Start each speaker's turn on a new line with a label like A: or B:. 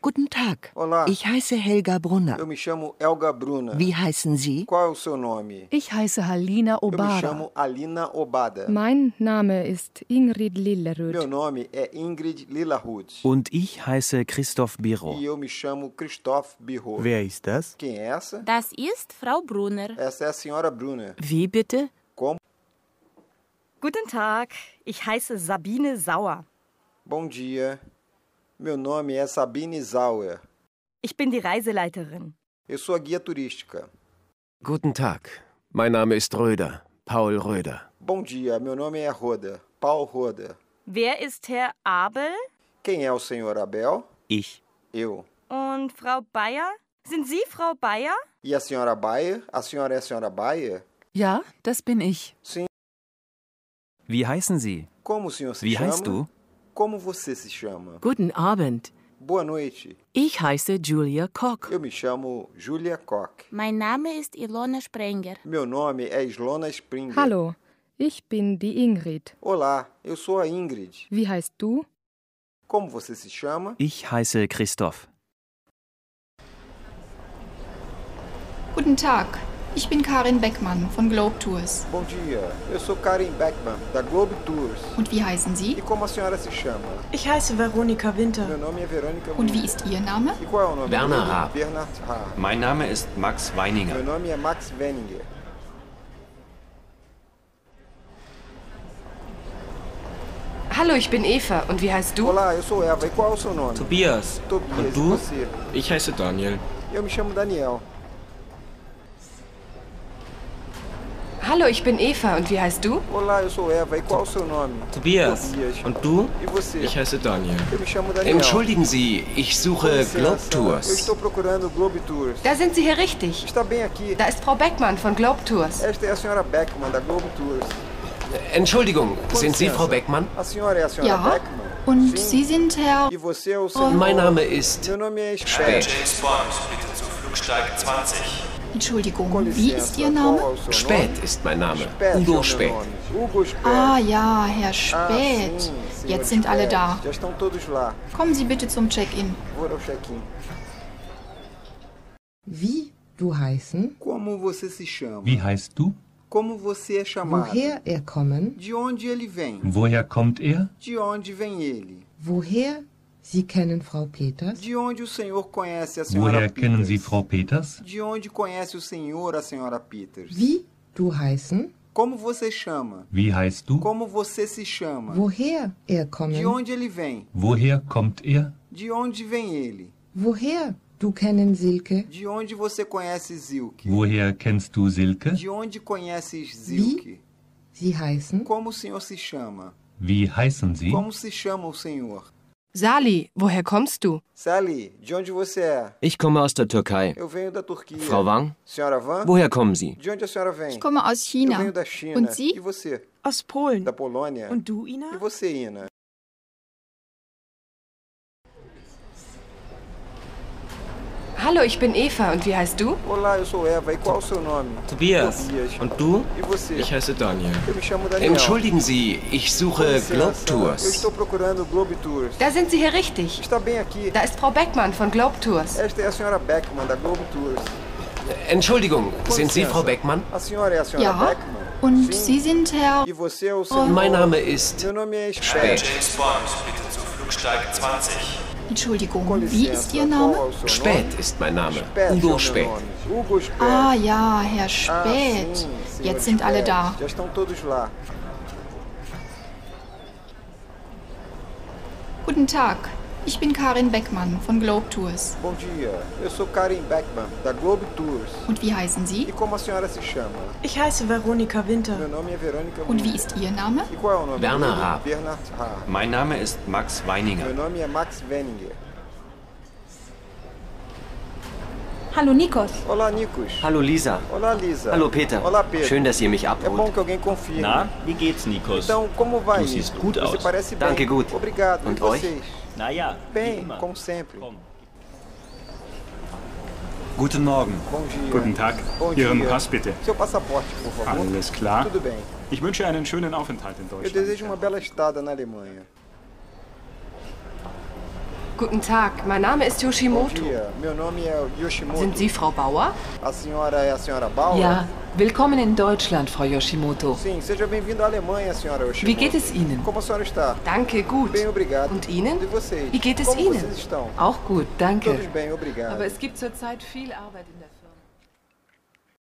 A: Guten Tag.
B: Olá,
A: Ich heiße Helga
B: eu
A: Brunner.
B: me chamo Elga Bruna.
A: Wie heißen Sie?
B: Qual é o seu nome?
C: Ich heiße Halina
B: Eu me
C: Obara.
B: chamo Alina Obada.
C: Mein Name ist Ingrid
B: Meu
C: Lilleröd.
B: nome é Ingrid Lillahud.
D: Und ich heiße Christoph Biro.
B: E eu me chamo Christoph Birro.
D: Wer ist das?
B: Quem é essa?
E: Das ist Frau Brunner.
B: Essa é a senhora Bruna.
F: Wie bitte?
G: Guten Tag, ich heiße Sabine Sauer.
B: Bom dia. Meu nome é Sabine Zauer.
G: Ich bin die Reiseleiterin.
B: Eu sou a guia turística.
H: Guten Tag. Mein Name ist Röder, Paul Röder.
B: Bom dia, meu nome é Roda, Paul Roda.
G: Wer ist Herr Abel
B: Quem é o senhor Abel?
D: Ich.
B: Eu.
G: und Frau Bayer? Sind Sie Frau Bayer?
B: E a senhora Baia? A senhora é a senhora Baia?
F: Ja, das bin ich.
D: Wie heißen Sie?
B: Como o senhor se
D: Wie
B: chama?
D: heißt du?
B: Como você se chama?
F: Guten Abend.
B: Boa noite.
F: Ich heiße Julia Koch.
B: Eu me chamo Julia Koch.
E: Mein Name ist Ilona Sprenger.
B: Meu nome é Islona Springer.
C: Hallo, ich bin die Ingrid.
B: Olá, eu sou a Ingrid.
C: Wie heißt du?
B: Como você se chama?
D: Ich heiße Christoph.
I: Guten Tag, ich bin Karin Beckmann von Globe Tours.
B: Bom dia, eu sou Karen Beckman, da Globe Tours.
I: Und wie heißen Sie?
B: E como a senhora se chama?
J: Ich heiße Veronika Winter.
B: Meu nome é Verônica
I: Und wie
B: Muniz.
I: ist Ihr Name?
B: E qual é o nome
H: Bernard
B: dele?
H: Raab.
B: Bernard Raab.
K: Mein Name ist Max
B: Meu
K: Weininger.
B: nome é Max Wenninger.
J: Hallo, ich bin Eva. Und wie heißt du?
B: Olá, eu sou Eva. E qual é o seu nome?
K: Tobias.
B: Tobias.
K: Und
B: E
K: du?
B: você?
K: Ich heiße Daniel.
B: Eu me chamo Daniel.
J: Hallo, ich bin Eva. Und wie heißt du?
B: Olá, eu sou Eva. E qual é o seu nome?
K: Tobias.
B: Tobias. Genau.
K: Und du?
B: E você?
K: Ich heiße Daniel.
B: Eu me chamo Daniel.
H: Entschuldigen Sie, ich
B: Com
H: suche
B: licença,
H: Globe
B: Eu
H: Tours.
B: estou procurando Globe Tours.
J: Da sind Sie hier richtig.
B: Está bem aqui.
J: Da ist Frau Beckmann von Globe Tours.
B: Esta é a senhora Beckman, da Globe Tours.
H: Entschuldigung,
B: Com
H: sind Sie
B: licença.
H: Frau Beckmann?
B: A senhora é a senhora
I: Ja.
B: Beckman? Sim.
I: Und Sie sind Herr.
B: E você é o senhor...
H: Mein Name ist
B: Meu nome é Speck.
K: James Bond, bitte zu Flugsteig 20.
I: Entschuldigung,
B: Com
I: wie
B: licença,
I: ist Ihr
B: qual é
I: Name?
B: o seu
H: Spät
B: nome?
H: ist mein Name.
B: Spät é
H: Udo
B: o meu
H: Spät.
B: nome. Hugo Spät.
I: Ah ja, Herr
B: Ah,
I: Spät.
B: sim, senhor
I: Jetzt sind alle
B: Spät.
I: da.
B: Já estão todos lá.
I: Kommen Sie bitte zum Check-in.
B: Vou ao check-in.
L: Wie du heißen,
B: Como você se chama?
K: Wie heißt du?
B: Como você é chamado?
L: woher er kommen,
B: De onde ele vem?
K: Woher kommt er?
B: De onde vem ele?
L: woher Sie kennen Frau Peters,
B: De onde o senhor conhece a senhora
K: Woher
B: Peters?
K: kennen Sie Frau Peters?
B: De onde conhece o senhor a senhora Peters?
L: wie du heißen,
B: Como você chama?
K: Wie heißt du?
B: Como você se chama?
L: woher er
B: De
L: kommen,
B: onde ele vem?
K: Woher kommt er?
B: De onde vem ele?
L: woher du kennen Silke,
B: De onde você conhece Zilke?
K: Woher kennst du Silke?
B: De onde conheces Zilke?
L: sie heißen,
B: Como o senhor se chama?
K: Wie heißen sie?
B: Como se chama o senhor?
J: Sali, woher kommst du?
B: Sally, de onde você é?
H: Ich komme aus der Türkei.
B: Eu venho da Turquia.
H: Frau Wang,
B: Senhora Van?
H: woher kommen Sie?
B: De onde a senhora vem?
I: Ich komme aus
B: Eu
I: China.
B: venho da China.
I: Und Sie?
B: E você?
J: Aus Polen.
B: Da Polônia.
I: Um
J: Und du,
B: E
J: Ina?
B: você, Ina?
J: Hallo, ich bin Eva. Und wie heißt du?
B: Olá, eu sou Eva. E qual é o seu nome?
H: Tobias. Um
B: Tobias.
H: Und du?
B: E você?
H: heiße Daniel.
B: Eu me chamo Daniel.
H: Entschuldigen Sie, ich
B: Com
H: suche
B: licença,
H: Globe
B: Eu
H: Tours.
B: estou procurando Globe Tours.
J: Da sind Sie hier richtig.
B: Está bem aqui.
J: Da ist Frau Beckmann von Globe Tours.
B: Esta é a senhora Beckman, da Globe Tours.
H: Entschuldigung,
B: Com
H: sind Sie
B: licença.
H: Frau Beckmann?
B: A senhora é a senhora
I: Ja.
B: Beckman?
I: Und
B: Sim.
I: Sie sind Herr.
B: E você é o senhor...
H: Mein Name ist
B: Meu nome é Speck.
H: Spät.
K: Bond, bitte zu Flugsteig 20.
I: Entschuldigung,
B: Com
I: wie
B: licença,
I: ist Ihr
B: qual é
I: Name?
B: o seu
H: Spät
B: nome?
H: ist mein Name.
B: Spät é o meu
H: Udo Spät.
B: nome. Hugo Spät.
I: Ah ja, Herr
B: Ah,
I: Spät.
B: sim, senhor
I: Jetzt sind alle
B: Spät.
I: da.
B: Já estão todos lá.
I: Guten Tag, ich bin Karin Beckmann von Globe Tours.
B: Bom dia. Eu sou Karen Beckman, da Globe Tours.
I: Und wie heißen Sie?
B: E como a senhora se chama?
J: Ich heiße Veronika
B: Meu
J: Winter.
B: nome é Verônica
I: Und wie
B: Muniz.
I: ist Ihr Name?
B: E qual é o nome
H: Bernard
B: dele?
H: Raab.
B: Bernard Raab.
K: Mein Name ist Max
B: Meu
K: Weininger.
B: nome é Max Wenninger.
F: Hallo Nikos.
B: Olá, Nikos.
D: Hallo Lisa.
B: Olá, Lisa.
D: Hallo Peter.
B: Olá, Pedro.
D: Schön, dass ihr mich
B: É bom
D: abholt.
B: que alguém confie.
K: Na, wie geht's, Nikos?
B: Então, como vai
K: Du siehst
B: isso?
K: gut
B: Você
K: aus.
B: parece bem.
D: Danke, gut.
B: Obrigado.
D: Und
B: e vocês?
K: Naja,
B: Bem, como sempre.
K: Guten Morgen.
B: Bom dia.
K: Guten Tag.
B: Bom
K: Ihren
B: dia.
K: Pass bitte.
B: Seu passaporte, por favor.
K: Alles klar.
B: Tudo bem.
K: Ich wünsche einen schönen Aufenthalt in
B: Eu
K: Deutschland.
B: desejo uma bela estada na Alemanha.
J: Guten Tag, mein Name ist Yoshimoto.
B: Bom dia, meu nome é Yoshimoto.
J: Sind Sie Frau Bauer?
B: A senhora é a senhora Bauer?
F: Ja, willkommen in Deutschland, Frau Yoshimoto.
B: Sim, seja bem-vindo à Alemanha, senhora Yoshimoto.
F: Wie geht es Ihnen?
B: Como a senhora está?
J: Danke, gut.
B: Bem, obrigado.
J: Und Ihnen?
B: E vocês?
J: Wie geht es
B: Como
J: Ihnen?
B: vocês estão?
F: Auch gut,
B: Todos
F: danke.
B: bem, obrigado.
J: Aber es gibt zurzeit viel Arbeit in der